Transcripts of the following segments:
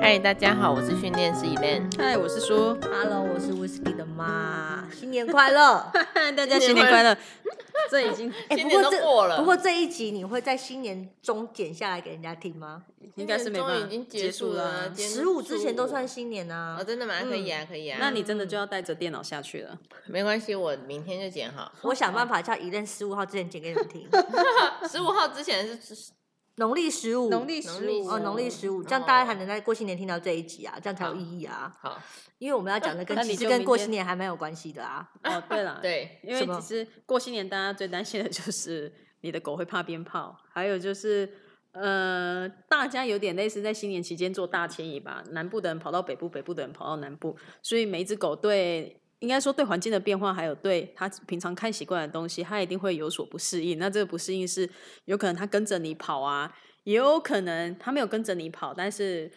嗨，大家好，我是训练师 Elaine。嗨，我是说， Hello，我是 Whisky 的妈，新年 快乐！大家新年快乐。这已经哎新不年过都这过了不过这一集你会在新年中剪下来给人家听吗？ 嗯应该是没办终法于已经结结束束了了啊啊。今天是十五之前初都算新年啊哦，。真的吗？可以啊，可以啊。嗯那你真的就要带着电脑下去了。没关系，我明天就剪 好。我想办法叫一任十五号之前剪给你们听，十五号之前是农历十五，农历农十历五哦，农历十五，这样大家才能在过新年听到这一集啊，这样才有意义啊。好，因为我们 要讲的跟那你其实就跟明过天新年还蛮有关系的啊。哦，对了，， 对，因什为么其实过新年大家最担心的 就是你的狗会怕鞭炮，还有就是呃，大家有点类似在新年期间做大迁移吧，南部的人跑到北部，北部的人跑到南部，所以每一只狗对。应该说，对环境的变化，还有对它平常看习惯的东西，它一定会有所不适应。那这个不适应是有可能它跟着你跑啊，也有可能它没有跟着你跑，但是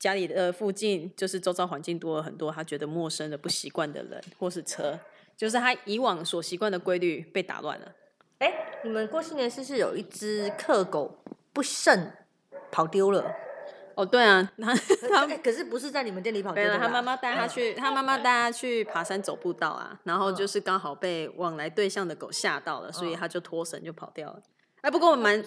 家里的附近就是周遭环境多了很多，它觉得陌生的、不习惯的人或是车，就是他以往所习惯的规律被打乱了。哎，你们过新年是不是有一只克狗不慎跑丢了？哦，对 啊，他可 他哎可是不是在你们店里跑丢没的有，啦？他妈妈带他去，他妈妈带他去爬山走步道啊，然后就是刚好被往来对象的狗吓到了，所以嗯他就脱绳就跑掉了。哎，不过我蛮，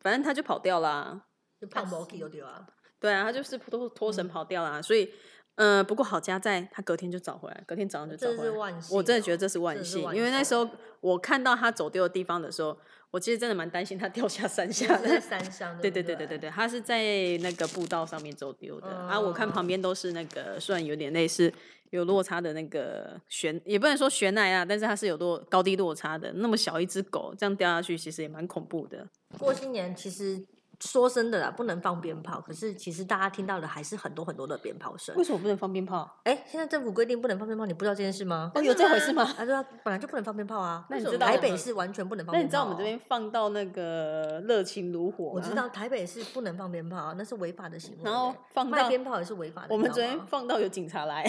反正他就跑掉啦、就胖猫给丢丢啊。对啊，他就是脱脱绳跑掉啦、所以。呃，不过好家在他隔天就找回来，隔天早上就找这回来。是万幸哦、我真的觉得这是万这是幸，哦万因为那时候我看到他走丢的地方的时候，我其实真的蛮担心他 掉下山下就是在的。山上，对对对不对对对，对，它是在那个步道上面走丢的、啊。我看哦旁边都是那个，虽然有点类似有落差的那个悬，也不能说悬崖啊，但是它是有落高低落差的。那么小一只狗这样掉下去，其实也蛮恐怖的。过新年其实说真的啦，不能放鞭炮，可是其实大家听到的还是很多很多的鞭炮声为。什么不能放鞭炮？哎，现在政府规定不能放鞭炮，你不知道这件事吗？哦，有这回事吗？ 啊，对啊，本来就不能放鞭炮啊。那为你什知么道台我北们是完全不能放那鞭炮、哦你知道我们这？边放到那个热情如火，我知。道台北是不能放鞭炮、啊，那是违法的行为。欸然后放卖到鞭炮也是违法的。我们你昨知道天吗放到有警察来，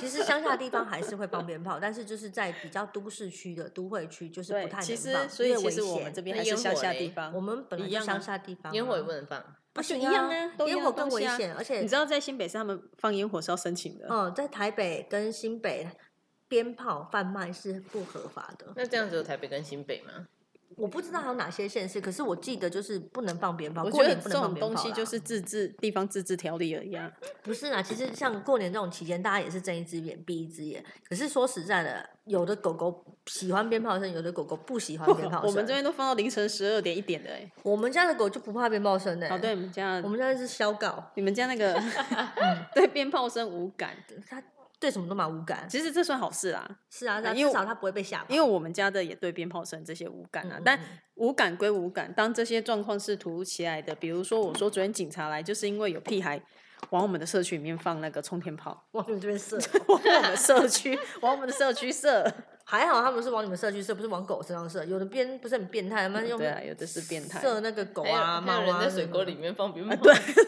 其实乡下地方还是会放鞭炮，但是就是在比较都市区的都会区，就是不对太，能其实放所以因为其危实我险们这边那还是烟乡火下嘞地方，我们本来一就样乡啊下地方、烟火也不能放，不就行一样啊都一烟样火的更东危西啊险，而且你知道在新北市他们放烟火是要申请的，嗯，在台北跟新北鞭炮贩卖是不合法的。那这样子有台北跟新北吗？我不知道还有哪些县市，可是我记得就是不能放鞭炮，我觉过得年不这能放种鞭炮东西啦就是自治地方自治条例而已啊。不是啊？其实像过年这种期间，大家也是睁一只眼闭一只眼。可是说实在的，有的狗狗喜欢鞭炮声，有的狗狗不喜欢鞭炮声。我们这边都放到凌晨十二点一点的哎、我们家的狗就不怕鞭炮声的、哦，对，，你们家我们家那只小狗，你们家那 个对鞭炮声无感，它对什么都蛮无感。其实这算好事啦，是啊，是啊因为至少它不会被吓跑。因为我们家的也对鞭炮声这些无感啊。嗯嗯但嗯无感归无感，当这些状况是突如其来的，比如说我说昨天警察来，就是因为有屁孩往我们的社区里面放那个冲天炮，往你们这边射，往我们社区往我们的社区 射。还好他们是往你们社区射，不是往狗身上射。有的鞭不是很变态，他们用对啊，有的是变态。射那个狗还有啊、猫还有人啊，在水沟里，面放鞭炮，啊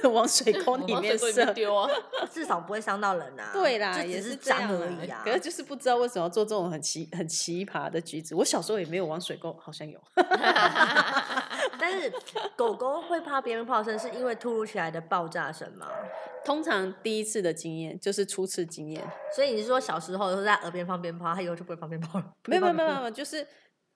对，往水 沟里往水面沟里面射。丢 啊。至少不会伤到人啊。对啦，就也只是这样脏而啦已啊可。是就是不知道为什么要做这种很奇很奇葩的举止。我小时候也没有往水沟，好像有。 但是狗狗会怕别人炮声，是因为突如其来的爆炸声吗？通常第一次的经验就是初次经验，所以你是说小时候都在耳边放鞭炮，它以后就不会放鞭炮了？没有没有没有不会没有，就是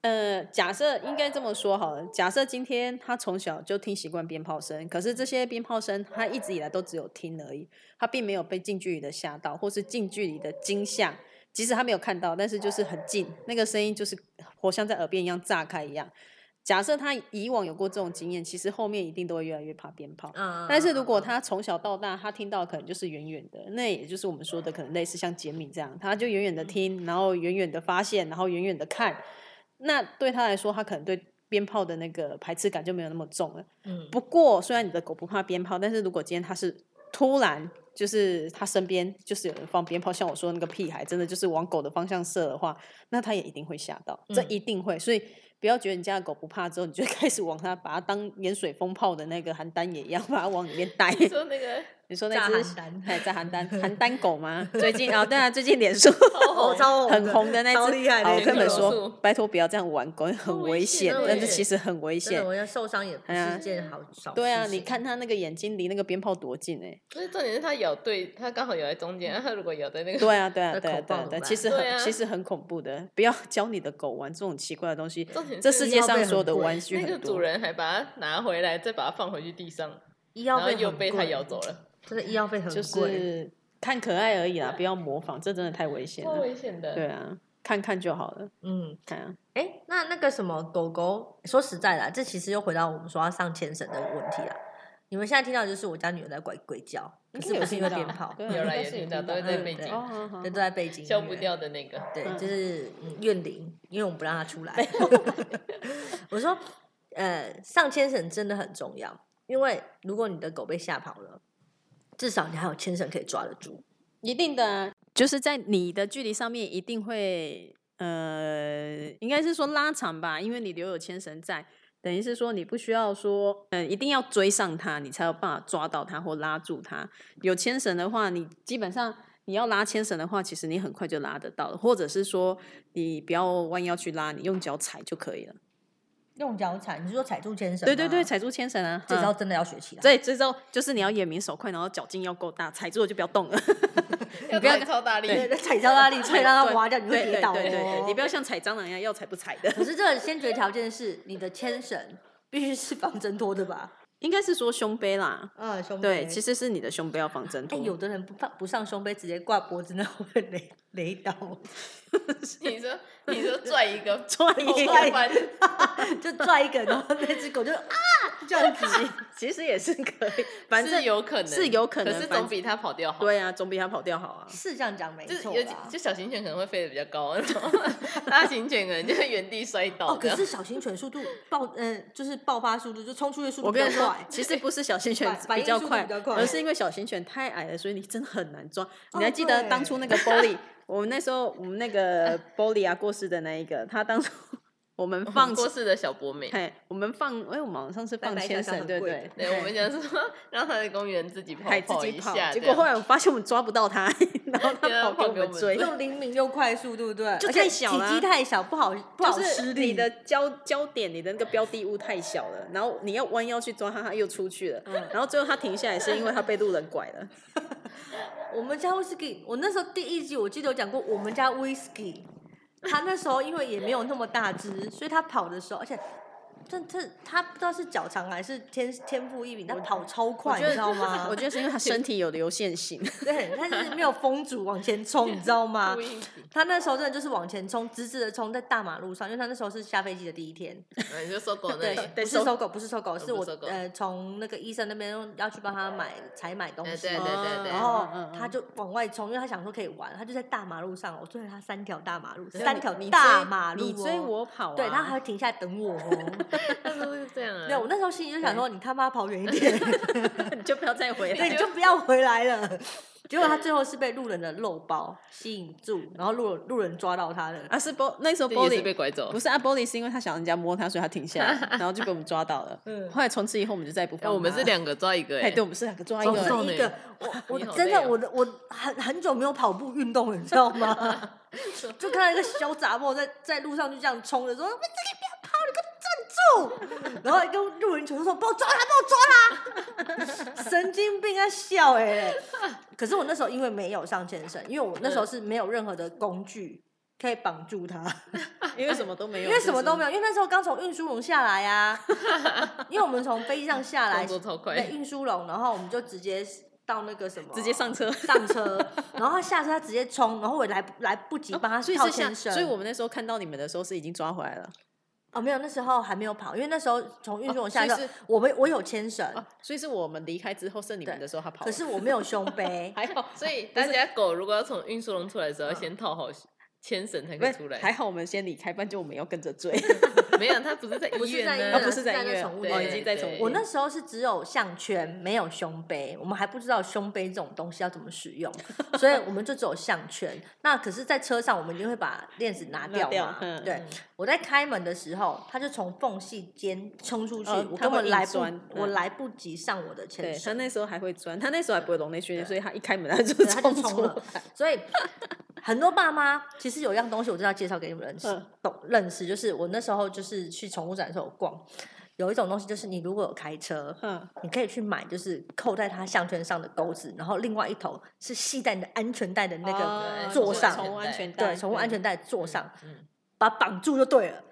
呃，假设应该这么说好了。假设今天他从小就听习惯鞭炮声，可是这些鞭炮声他一直以来都只有听而已，他并没有被近距离的吓到，或是近距离的惊吓。即使他没有看到，但是就是很近，那个声音就是活像在耳边一样炸开一样。假设他以往有过这种经验，其实后面一定都会越来越怕鞭炮。放嗯，但是如果他从小到大，他听到可能就是远远的，那也就是我们说的可能类似像杰米这样，他就远远的听，然后远远的发现，然后远远的看。那对他来说，他可能对鞭炮的那个排斥感就没有那么重了。嗯不过，虽然你的狗不怕鞭炮，但是如果今天它是突然就是他身边就是有人放鞭炮，像我说那个屁孩，真的就是往狗的方向射的话，那他也一定会吓到，这嗯一定会。所以不要觉得你家的狗不怕之后， 你就开始往它把它当盐水风炮的那个邯郸也一样，把它往里面带。你说那个你说那炸只邯郸哎，炸邯郸 邯郸狗吗？最近 啊，对啊，最近脸书哦，超红的很红的那只，超厉害的啊我那跟只你们狗说，拜托不要这样玩狗，很危危险险真，的但危是其险实很危真险的，。我要受伤也不哎呀是件好少。对啊，你，看它那个眼睛离那个鞭炮多近哎！不是重点是它咬对，它刚好咬在中间，它如果咬在那个对啊，对啊，那对啊，口对爆啊，怎对啊，么其实办很对啊其实很恐怖的，不要 教你的狗玩这种奇怪的东西。 重点这是世界医药上费所有很的贵弯曲那个很主多。人还把它拿回来，再把它放回去地上，医然药后费又很被它贵咬走了，真的医药费很就贵。是看可爱而已啦，不要模仿，这真的太危险超了。危险的。对啊，看看就好了。嗯，看啊，哎，那那个什么狗狗，说实在的，这其实又回到我们说要上牵绳的问题啦。你们现在听到就是我家女儿在鬼鬼叫，可是不是因为鞭炮，对对， 啊 有啦应有该是听有到听都到，会在嗯背对景哦，好好都在背景音乐消不。掉的 那个。对，嗯就是嗯怨灵，因为我们不让它 出来。我说，呃，上牵绳真的很重要，因为如果你的狗被吓跑了，至少你还有牵绳可以抓得住。一定的啊，就是在你的距离上面一定会，呃，应该是说拉长吧，因为你留有牵绳在，等于是说你不需要说，嗯、一定要追上它，你才有办法抓到它或拉住它。有牵绳的话，你基本上你要拉牵绳的话，其实你很快就拉得到了，或者是说你不要弯腰去拉，你用脚踩就可以了。用脚踩，你是说踩住牵绳？对对对，，踩住牵绳啊，这嗯招真的要学起来。对，这招就是你要眼明手快，然后脚劲要够大，踩住了就不要动了。要不要踩超大力，对，踩到 拉力，对踹到它挖掉，你会对跌对倒对对，你哦不。要像踩蟑螂一样要踩不踩的。 可是这个先决条件是你的牵绳必须是防挣脱的吧？应该是说胸杯啦，嗯，兄弟。对，其实是你的胸杯要防挣哎、脱。 有的人不放不上胸杯，直接挂脖子，那会被雷雷倒，你说 你说拽一个踹一头个翻 就拽一个，然后那只狗就啊这样子。 其实也是可以， 反是正有可能是有可能可是反总比它跑掉好。对啊，总比他跑掉好啊。是这样讲没就是错有啦就小型犬可能会飞得比较高，然后 大型犬可能就会原地摔倒。哦，可这样是小型犬速度爆，嗯、就是爆发速度，就冲出去的速度我比跟较你说快，。其实不是小型犬反反比应较速度快哦比较，快而是因为小型犬太矮了，所以你真的很难抓。你还记得当初那 个玻璃，我们那时候我们那个玻璃啊过世的那一个，他当初 我们我们放过世的小博美，嘿，我们放，哎，我们好像是放白白牵小小绳，很对贵对的，对，我们想说 让它在公园自己跑还自跑己一跑下，，结这果样后来我发现我们抓不到它，然后对啊它跑跑给给我我们们追追。又灵敏又快速，对不对？就而且太小啦体积太小，不好不好就施是力。你的焦焦点，你的那个标的物太小了，然后你要弯腰去抓它，它又出去了，嗯然后最后它停下来是因为它被路人拐了。我们家 whisky，我那时候第一集我记得有讲过，我们家 whisky，他那时候因为也没有那么大只，所以他跑的时候，而且这这他不知道是脚长还是天天赋异禀，他跑超我快，觉你得知道吗 我？觉得是因为它身体有流线型，对，他是没有风阻往前冲，你知道 吗故？意啊挤他那时候真的就是往前冲，直直的冲在大马路上，因为他那时候是下飞机的第一天，嗯你就搜狗那对里，，哦对哦不是搜搜狗，不是搜狗，不是我搜狗呃从那个医生那边要去帮他买采买东哎西对，对对对，然后嗯嗯嗯他就往外冲，因为他想说可以玩，他就在大马路上，我追了他三条大马路，对三条你追大马路、啊哦你追，我跑啊，对 他还会停下来等我哦。 他说是这样啊，没有，我那时候心里就想说，你他妈跑远一点， 你就不要再回对，来你了。就不要回来了。 结果他最后是被路人的肉包吸引住，然后路人路人抓到他了。啊，是玻那时候这玻也是被璃拐走不。是啊，玻璃是因为他想人家摸他，所以他停下来，然后就被我们抓到了。嗯后来从此以后我们就再也不哎，放它了。我们是两个抓一个，哎，哎，对，我们是两个抓一抓个不到人，哦我是一呢个，我我你好真累的哦我的我很很久没有跑步运动了，你知道 吗？就看到一个小杂货在在路上就这样冲着说：“我这里不要跑，你给我站住！” 然后一个路人求救说：“帮我抓他，帮我抓他！”神经病啊，笑哎、可是我那时候因为没有上健身，因为我那时候是没有任何的工具。可以绑住他，因为什么都没有，因为什么都有。没有，因为那时候刚从运输笼下来啊， 因为我们从飞机上下来，动作超对 快，运输笼，然后我们就直接到那个什么，直接上车。 上车，然后他下车他直接冲，然后我也来不来不及帮他哦所以套是牵下，绳，所以我们那时候看到你们的时候是已经抓回来了，哦没有，那时候还没有跑，因为那时候从运输笼下车，哦所以是我们我有牵绳，啊，所以是我们离开之后剩你们的时候他跑了。可是我没有胸背。 还好，所以大家狗如果要从运输笼出来的时候，要先套好牵绳才不可以是出来。还好我们先离开，不然就我们要跟着追。 没有，他不是在不医是在院医院呢，啊不是在在医那院宠物对哦医已院经在宠物医对院。我那时候是只有项圈，没有胸杯，我们还不知道胸杯这种东西要怎么使用，所以我们就只有项圈。那可是，在车上我们一定会把链子拿掉拿掉嘛。嗯对，我在开门的时候，它就从缝隙间冲出去，哦我它根会本硬来不钻，我嗯来不及上我的前对他身，那时候还会钻，他那时候还不会笼内训练，对所以他一开门他就对它就冲冲出来了。所以很多爸妈其实有一样东西，我真的要介绍给你们认识，嗯懂认识，就是我那时候就是去宠物展的时候逛。有一种东西就是，你如果有开车，嗯，你可以去买，就是扣在它项圈上的钩子，然后另外一头是系在你的安全带的那哦个对座上，就是宠物安全带，对，宠物安全带座上，嗯，把它绑住就对了。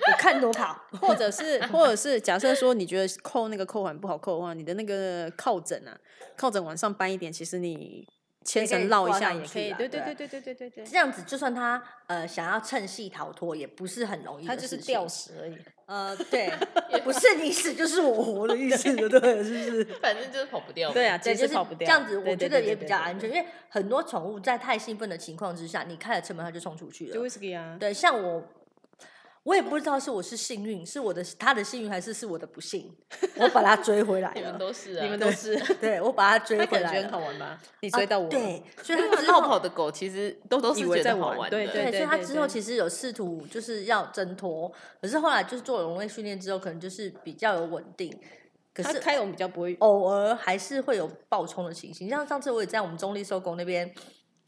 我看多跑，或者是或者是假设说你觉得扣那个扣环不好扣的话，你的那个靠枕啊，靠枕往上搬一点，其实你牵也可绳以绕一挂下上也去可以。啦对对对对对对对对 这，样子就算它呃想要趁隙逃脱，也不是很容易它的就事是情。吊死而已。呃，对， 不是你死就是我活的意思，对不对？是不是？嗯反正就是跑不掉嘛。对啊，对，其就实是跑不这掉。样子，对我对觉得对也对比较对安全，因为很多宠物在太兴奋的情况之下，你开了车门它就冲出去了就。whisky 啊，对，像我，我也不知道是我是幸运，是我的他的幸运，还是是我的不幸。我把他追回来你们了，都是啊， 你们都 是，对我把他追他回感觉来很了。好玩吧？你追到我啊了，对，所以因他为之绕后跑的狗其实都都是以为觉在得好玩玩对的对对，所以他对之后对其实有试图就是要挣脱，可是后来就是做了笼类训练之后，可能就是比较有稳定，可他是开我们比较不会。偶尔还是会有爆冲的情形。像上次我也在我们中立收工那边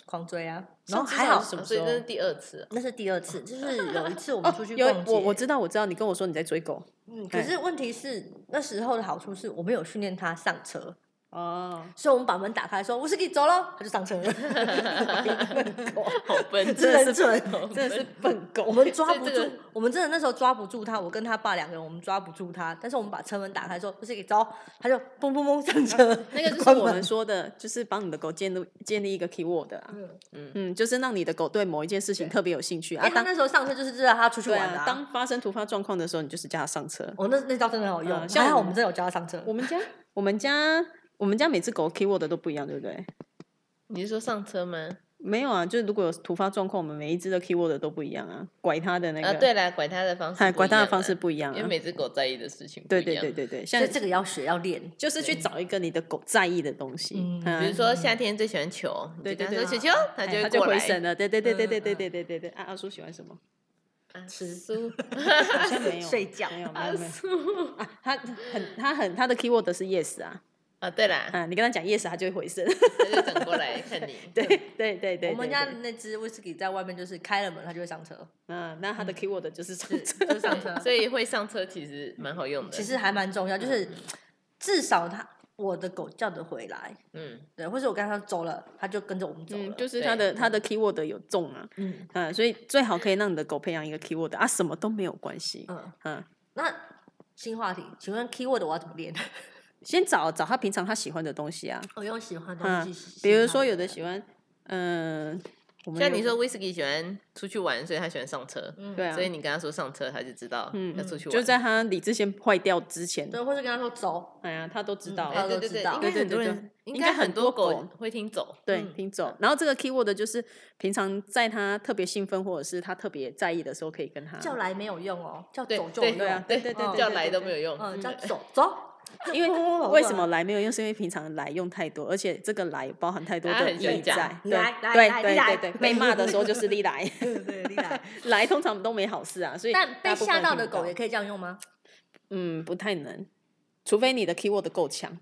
狂追啊，然后上次还到好底。什么所时以候这是第二 次，啊那是第二次，就是有一次我 们哦出去，有逛街，我我知道我知道，你跟我说你在追狗嗯，可哎是问题是那时候的好处是我们有训练它上车，哦，所以我们把门打开说“我是给你走喽”，它就上车了。好笨， 真的是蠢 好笨真 的是笨我狗。们抓不所住，以这个我们真的那时候抓不住它，我跟他爸两个人，我们抓不住它，但是我们把车门打开说“我是给你走”，它就嘣嘣嘣上车。 那个就是关我门们说的，就是帮你的狗建立建立一个 keyword 啊，嗯嗯，就是让你的狗对某一件事情特别有兴趣啊。哎，他当那时候上车就是知道他出去对玩的啊，啊。当发生突发状况的时候，你就是叫它上车。哦，那那招真的很好用，嗯像还好我我们们真的有教他上车。我们家，我们家，我们家每只狗 keyword 都不一样，对不对？你是说上车吗？没有啊，就是如果有突发状况，我们每一只的 keyword 都不一样啊，拐它的那个，啊，对啦，拐它的方式不一哎，样啊，拐它的方式不一样因为啊。每只狗在意的事情不对一对样。对对对，像所以这个要学要练，就是去找一个你的狗在意的东西，嗯比如说夏天最喜欢球，你对就跟对它说对，球球，它哎就它会就过回来神了。对对对对对对嗯嗯对对对对。啊，阿叔喜欢什 么？吃 素，啊好 像没有睡觉没有没阿有没有。叔啊，他很他很他的 keyword 是 yes 啊，啊，对啦，啊，你跟他讲 yes，他就会回声。它就转过来看你。 对对对对，我们对家对那只威士忌在外面就是开了门，它就会上车，嗯，那他的 keyword 就是上是车就是上车 对，。所以会上车其实蛮好用的。其实还蛮重要，就是至少它我的狗叫得回来，嗯，对，或者我跟它走了，它就跟着我们走了嗯，。就是他的他的 keyword 有中啊，嗯嗯，所以最好可以让你的狗培养一个 keyword 啊，什么都没有关系，嗯，嗯，那新话题，请问 keyword 我要怎么练？先找找他平常他喜欢的东西啊， 我用喜欢嗯，比如说有的喜欢，嗯，我们像有你说 Whisky 喜欢出去玩，所以他喜欢上车，嗯对啊所以你跟他说上车，他就知道嗯要出去玩。就在他理智线坏掉之前，对，或者跟它说走，哎呀，他都知嗯道大哎家对都对知对，道应该对对很多对人，对应应该该很很多多狗狗会听走。对，嗯听走。然后这个 keyword 就是平常在他特别兴奋或者是他特别在意的时候，可以跟他，叫来没有用哦，叫对走就对哦有对啊用，，对对对，对叫对来对都没有用。嗯，叫走走。因为哦为什么来没有用？是因为平常来用太多，而且这个来包含太多大家的很喜欢意义讲在。你对来来对来对你来对对，被骂的时候就是你 来， 对对，厉害。来通常都没好事啊。所以但被大部分吓人到听的不狗也可以这样用吗？嗯不太能，除非你的 keyword 够强。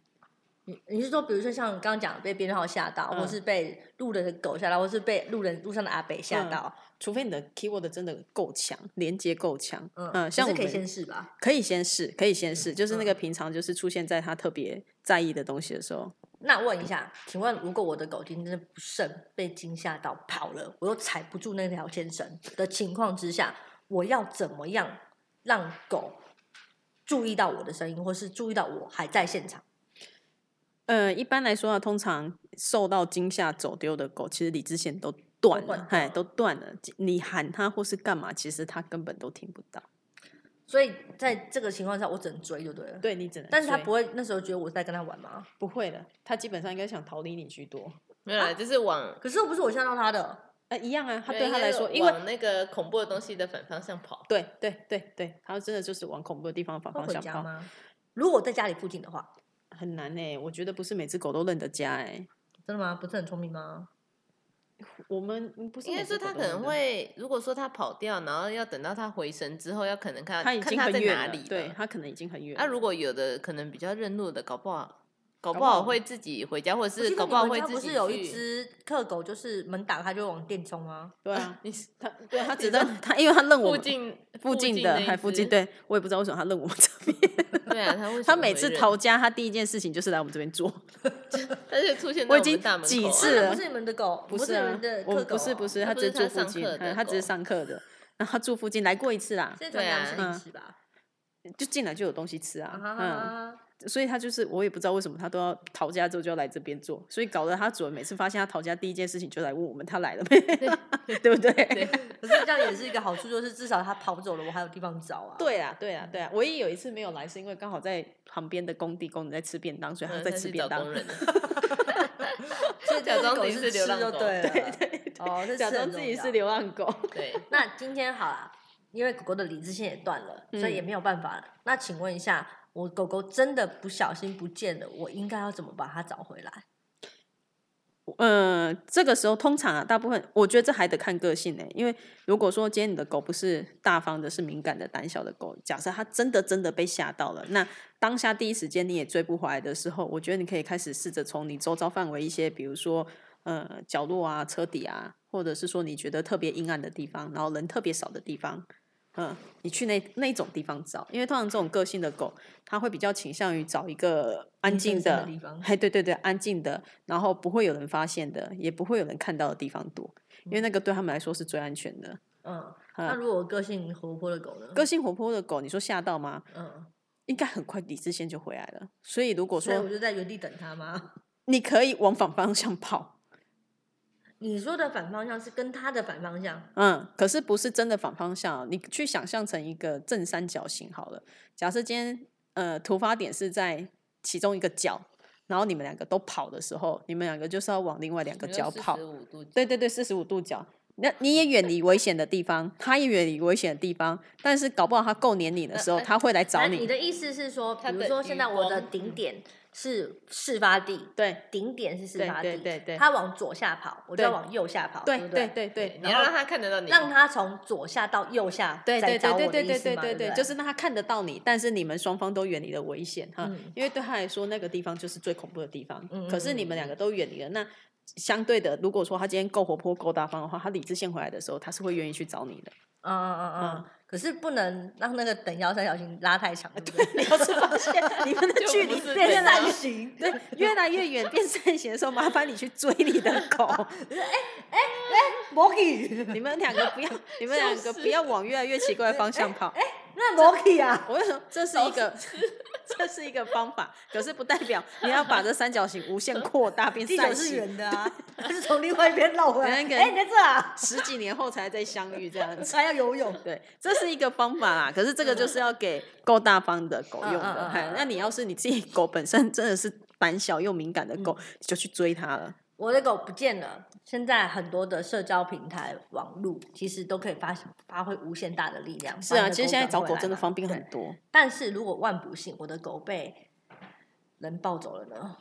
你是说，比如说像刚刚讲被编号吓到，嗯或是被路人的狗吓到，或是被路人路上的阿北吓到，除非你的 keyword 真的够强，连接够强，嗯，像可我是可以先们试吧。可以先试，可以先试，就是那嗯个平常就是出现在他特别在意的东西的时候，那问一下，请问如果我的狗今天真的不慎被惊吓到跑了，我又踩不住那条牵绳的情况之下，我要怎么样让狗注意到我的声音，或是注意到我还在现场？呃，一般来说啊，通常受到惊吓走丢的狗，其实理智线都断断了，哎，都断了。你喊它或是干嘛，其实它根本都听不到。所以在这个情况下，我只能追就对了。对你只能追，但是它不会那时候觉得我在跟它玩吗？不会的，它基本上应该想逃离你居多。没有啦，就是往可是又不是我吓到它的，呃，一样 啊，他对对应他该来是说，因为往那个恐怖的东西的反方向跑，对对对对，他真的就是往恐怖的地方反会方回向家跑，吗？如果我在家里附近的话，很难哎、我觉得不是每只狗都认得家哎、真的吗？不是很聪明吗？我们嗯不是应该每只说狗他都可能认得，会，如果说他跑掉，然后要等到他回神之后，要可能看他已看经他很在远哪了里对了他可能已经很远了。啊，如果有的可能比较认路的，搞不好，搞搞不不好好会自己回家，或者我是记得搞你不好们会家自不己是有去一只克狗，就是门打开就往店冲吗？对啊， 你是他对他只你说认他，因为他认我附们近附近的，那一还附近，只，对我也不知道为什么他认我们这边。对啊， 他为什他么每会次认逃，家，他第一件事情就是来我们这边做。他就出现在我已们经大门几口啊次啊那了不是你们的狗，不是是你啊们的，我克狗不是哦不是，它他不只是住它附上近，课的哦嗯他只是狗上课的，然后他住附近来过一次啦，现在对才啊两次零食吧？就进来就有东西吃啊啊，哈哈嗯，哈哈！所以他就是我也不知道为什么他都要逃家之后就要来这边做，所以搞得他主人每次发现他逃家第一件事情就来问我们他来了 没，对不对？可是这样也是一个好处，就是至少它跑走了，我还有地方找 啊。，对啦，对啦，对啦，唯一有一次没有来是因为刚好在旁边的工地工人在吃便当，所以他嗯在他吃去便找当工，人了，所以这假只装狗自己是是流吃浪就狗对了。 哦，这假吃装很自己重是要流浪狗。对，那今天好啦，因为狗狗的理智线也断了，所以也嗯没有办法了。那请问一下，我狗狗真的不小心不见了，我应该要怎么把它找回来？呃，这个时候通常啊，大部分我觉得这还得看个性呢、欸因为如果说今天你的狗不是大方的，是敏感的、胆小的狗，假设它真的真的被吓到了，那当下第一时间你也追不回来的时候，我觉得你可以开始试着从你周遭范围一些，比如说呃角落啊、车底啊，或者是说你觉得特别阴暗的地方，然后人特别少的地方。嗯，你去那那种地方找，因为通常这种个性的狗，它会比较倾向于找一个安阴森静森的的地方哎，对对对，安静的，然后不会有人发现的，也不会有人看到的地方躲，因为那个对他们来说是最安全的。嗯，嗯那如果个性活泼的狗呢？个性活泼的狗，你说吓到吗？嗯，应该很快理智线就回来了。所以如果啊所以我说就在原地等它吗？你可以往反方向跑，你说的反方向是跟它的反方向，嗯，可是不是真的反方向哦，你去想象成一个正三角形好了。假设今天呃突发点是在其中一个角，然后你们两个都跑的时候，你们两个就是要往另外两个角跑。五度，对对对，四十五度角。那你也远离危险的地方，他也远离危险的地方，但是搞不好他够黏你的时候，他会来找呃那你你。的意思是说，比它如的说现余在我光的嗯顶点是事发地，对顶点是事对发地，对对对它往左下跑，我就要对往右下跑，对不对对对对，你然要后让他看得到你，让它从左下到右下对再对找对我对的对意对思对嘛，对对对，不就是让他看得到你，但是你们双方都远离了危险哈，嗯因为对他来说那个地方就是最恐怖的地方。嗯可是你们两个都远离了，那相对的，如果说他今天够活泼、够大方的话，他理智线回来的时候，他是会愿意去找你 的。嗯嗯嗯嗯嗯。可是不能让那个等腰三角形拉太长，对不 对？你要是发现你们的就距不离是变对成啊三形，对，越来越远变扇形的时候，麻烦你去追你的狗。摩奇，你们两个不要，你们两个不要往越来越奇怪的方向跑。那摩奇啊，我跟你说，这是一 个，这是一个方法，可是不代表你要把这三角形无限扩大变地扇球是形。圆的啊， 它是从另外一边绕回来。那个哎，你在这啊？十几年后才再相遇，这样子。还要游泳？对，这是一个方法啦。可是这个就是要给够大方的狗用嗯嗯嗯的。嗨嗯那你要是你自己狗本身真的是胆小又敏感的狗，你就去追它了。我的狗不见了，现在很多的社交平台、网络其实都可以发发挥无限大的力量。是把啊，你的其实现在找狗真的转回来嘛方便对很多。但是如果万不幸我的狗被人抱走了呢？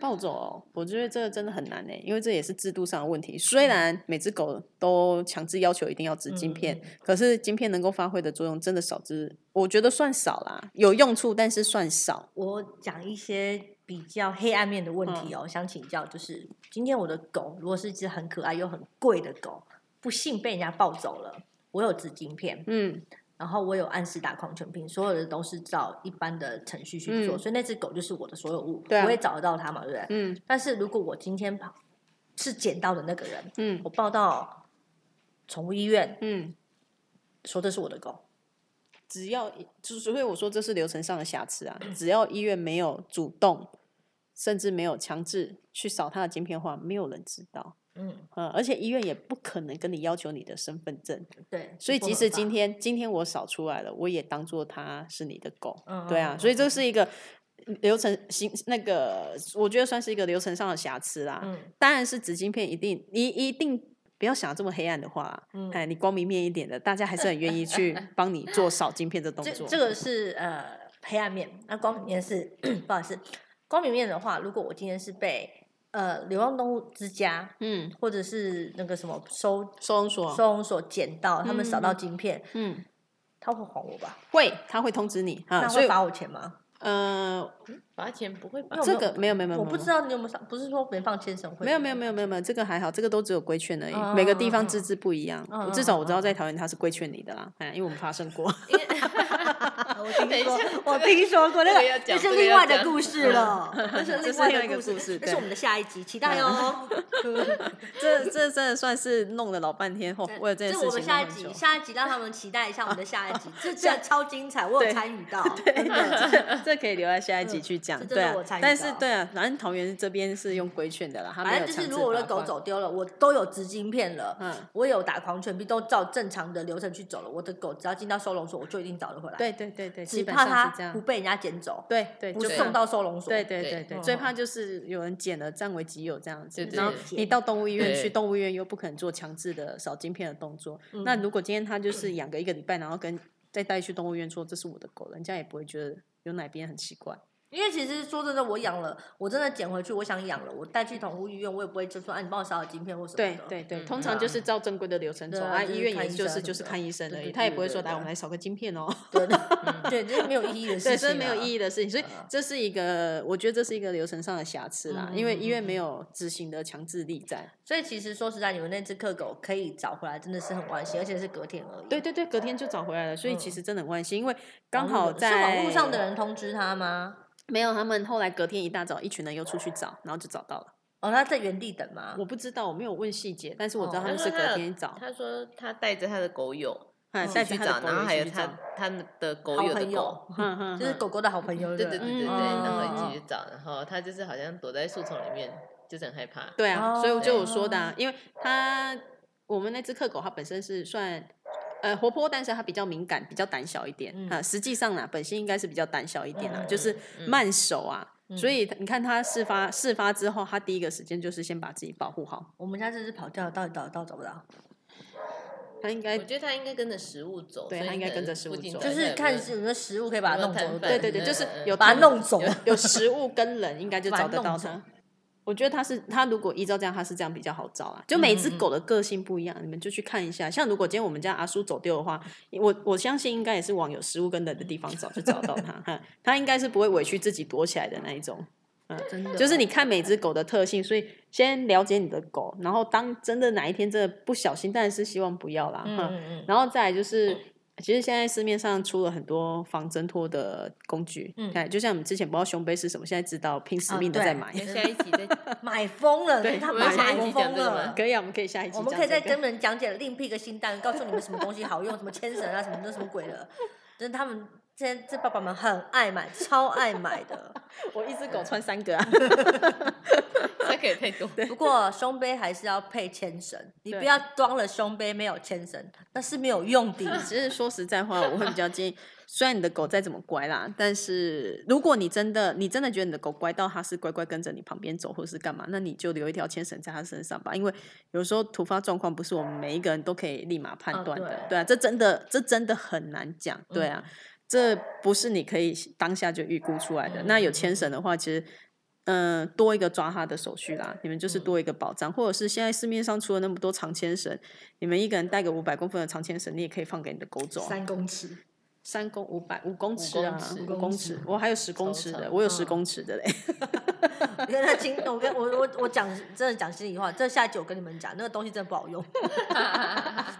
暴走、哦，我觉得这个真的很难诶，因为这也是制度上的问题。虽然每只狗都强制要求一定要植晶片，可是晶片能够发挥的作用真的少之，我觉得算少啦，有用处但是算少。我讲一些比较黑暗面的问嗯题哦，想请教，就是今天我的狗如果是一只很可爱又很贵的狗，不幸被人家抱走了，我有紫晶片，嗯，然后我有按时打狂犬病，所有的都是照一般的程序去做，嗯所以那只狗就是我的所有物，对啊我也找得到它嘛，对不对？嗯但是如果我今天跑是捡到的那个人，嗯我抱到宠物医院，嗯，说这是我的狗，只要就是所以我说这是流程上的瑕疵啊，只要医院没有主动，甚至没有强制去扫它的晶片的话，没有人知道。嗯，嗯，而且医院也不可能跟你要求你的身份证。对，所以不即合使法今天今天我扫出来了，我也当做它是你的狗，嗯对嗯啊，嗯所以这是一个流程行那个，我觉得算是一个流程上的瑕疵啦。嗯当然是纸巾片一定你一定不要想这么黑暗的话，嗯哎，你光明面一点的，大家还是很愿意 去帮你做扫晶片这动这作。嗯这个是呃黑暗面，那光明面是 不好意思，光明面的话，如果我今天是被呃流浪动物之家嗯，或者是那个什么收收容所，收容所捡到，他们扫到晶片，哦嗯，他会还我吧？会，他会通知你啊，那所会以罚我钱吗？呃，罚钱不会吧因为？我这没有个没有没有没有，我不知道你有没有上，不是说没放牵绳会？没有没有没有没有没有，这个还好，这个都只有规劝而已，哦每个地方资质不一样。哦我至少我知道在桃园它是规劝你的啦，哎，因为我们发生 过。因为我听等一说下，我听说过那这个个要，那讲是这个另要外的讲故事了，那 是这另是外另外一的个故故事嗯那是对我们的下一集，期待哦。这这真的算是弄了老半天后， 为了这件这事我情们下弄一很久集，。下一集让他们期待一下我们的下一集， 这这超精彩，我有对参与到。 对 这这可以留在下一集去讲，嗯对这真的啊我参与。但是到对啊，反正桃园这边是用规劝的啦，他没反有正就是，强制如果我的罚狗款，走丢了，我都有执金片了，嗯，我有打狂犬病，都照正常的流程去走了。我的狗只要进到收容所，我就一定找得回来。，对对对对，只基本怕上是这它不样。被人家捡走，对对，不就送怕。到收容所。对对对对对，嗯最怕就是有人捡了占为己有这样子对，对然后对你到动物医院去，对动物医院又不可能做强制的扫晶片的动作嗯。那如果今天他就是养个一个礼拜，然后跟再带去动物医院说这是我的狗，人家也不会觉得有哪边很奇怪。因为其实说真的，我养了，我真的捡回去，我想养了，我带去宠物医院，我也不会就说，啊，你帮我扫扫晶片或什么对的。对对，嗯通常就是照正规的流程走对啊啊，就是医院看也医就是生就是什么的看医生而对已，对他也不会对说对来我们来扫个晶 片哦。对对，这是没有意义的事情、对，啊。这是没有意义。义的事情，所以嗯这是一个，我觉得这是一个流程上的瑕疵啦，嗯因为医院嗯嗯没有执行的强制力在。所以其实说实在，你们那只克狗可以找回来，真的是很关心，而且是隔天而已。对对对，隔天就找回来了，所以其嗯实真的很惋惜，因为网刚络好的在是网络上的人通知他吗？没有，他们后来隔天一大早，一群人又出去找，然后就找到了。哦，他在原地等吗？我不知道，我没有问细节，但是我知道嗯哦他他们说是他隔有天一早，他说他带着他的狗友哎，嗯带着去他找，的然后狗还也有一起去他找，他们的狗好友的朋狗，友，嗯嗯， 就是嗯狗狗的好朋友。对对对不对对，嗯然后嗯一起去找，然后他就是好像躲在树丛里面，就是很害怕。对啊，所以我就有哦说的、啊，因为它我们那只克狗，它本身是算呃活泼，但是它比较敏感，比较胆小一点嗯啊、实际上呢，本性应该是比较胆小一点啦，嗯嗯就是嗯慢手啊。嗯所以你看，它事发事发之后，它第一个时间就是先把自己保护好。我们家这只跑掉了，到底找得到找不到？它应该我觉得他应该跟着食物走，对所以他应该可能跟着食物附近走可就能是有看人有没有食物可以把它弄走。有没有摊贩对对对，就是嗯嗯有把它它弄走。 有食物跟人，应该就把它找得弄到走它。我觉得它是它如果依照这样，它是这样比较好找啊。就每一只嗯嗯嗯狗的个性不一样，你们就去看一下。像如果今天我们家阿叔走丢的话，我我相信应该也是往有食物跟人的地方找，就找到 它。哈，它应该是不会委屈自己躲起来的那一种。嗯真的就是你看每只狗的特性，所以先了解你的狗，然后当真的哪一天真的不小心，但是希望不要啦。嗯哈，嗯然后再来就是，其实现在市面上出了很多防挣脱的工具，嗯哎，就像我们之前不知道胸杯是什么，现在知道拼死啊命的对在买， 那下一集再 嗯，买疯了，对他我们们下买一集讲疯这个了吗。可以啊，我们可以下一集、我们可以再跟你们讲解另辟一个新单元，告诉你们什么东西好用，什么牵绳啊，什么那什么鬼的。真的，他们现在这爸爸们很爱买，超爱买的。我一只狗穿三个啊，他可以太多。不过胸杯还是要配牵绳，你不对要装了胸杯没有牵绳，那是没有用 的。只是说实在话，我会比较建议，虽然你的狗再怎么乖啦，但是如果你真的你真的觉得你的狗乖到它是乖乖跟着你旁边走或是干嘛，那你就留一条牵绳在它身上吧，因为有时候突发状况不是我们每一个人都可以立马判啊断的，对对啊，这真的这真的很难讲，对啊，这不是你可以当下就预估出来的。那有牵绳的话，其实。嗯，多一个抓它的手续啦，你们就是多一个保障，或者是现在市面上出了那么多长牵绳，你们一个人带个五百公分的长牵绳，你也可以放给你的狗走、啊，公尺， 三公五百五公尺啊公尺，五公公尺尺，我还有十公尺超的，长我有嗯十公尺的嘞，原来今我跟我我我讲真的讲心里话，这下一集我跟你们讲，那个东西真的不好用。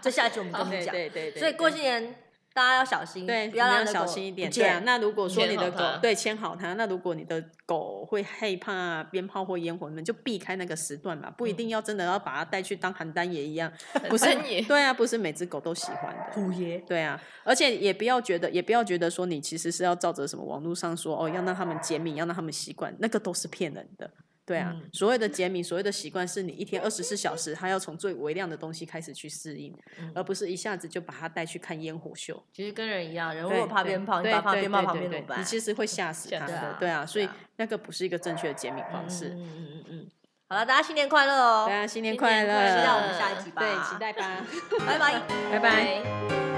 这下一集我们跟你 讲，对所以过新年大家要小心，对，嗯不要你让们那要小个心一点。不对啊，见那如果说牵你的好狗它对牵好它，那如果你的狗会害怕鞭炮或烟火，你们就避开那个时段吧，不一定要真的要把它带去当邯郸爷一样，不是邯郸爷对啊，不是每只狗都喜欢的。虎爷。对啊，而且也不要觉得，也不要觉得说你其实是要照着什么网络上说哦，要让他们减敏，要让他们习惯，那个都是骗人的。对啊，嗯所谓的减敏，所谓的习惯，是你一天二十四小时，他要从最微量的东西开始去适应，嗯而不是一下子就把他带去看烟火秀。其实跟人一样，人如对果怕对鞭炮，你对把它放对鞭炮对旁对边怎对么办？啊你其实会吓死吓他死他的。对啊，所以对啊那个不是一个正确的减敏方嗯式。啊嗯嗯嗯嗯嗯。好了，大家新年快乐哦！大家新年新年快快期待我乐，们下一集吧，对，期待吧，拜拜。拜拜。拜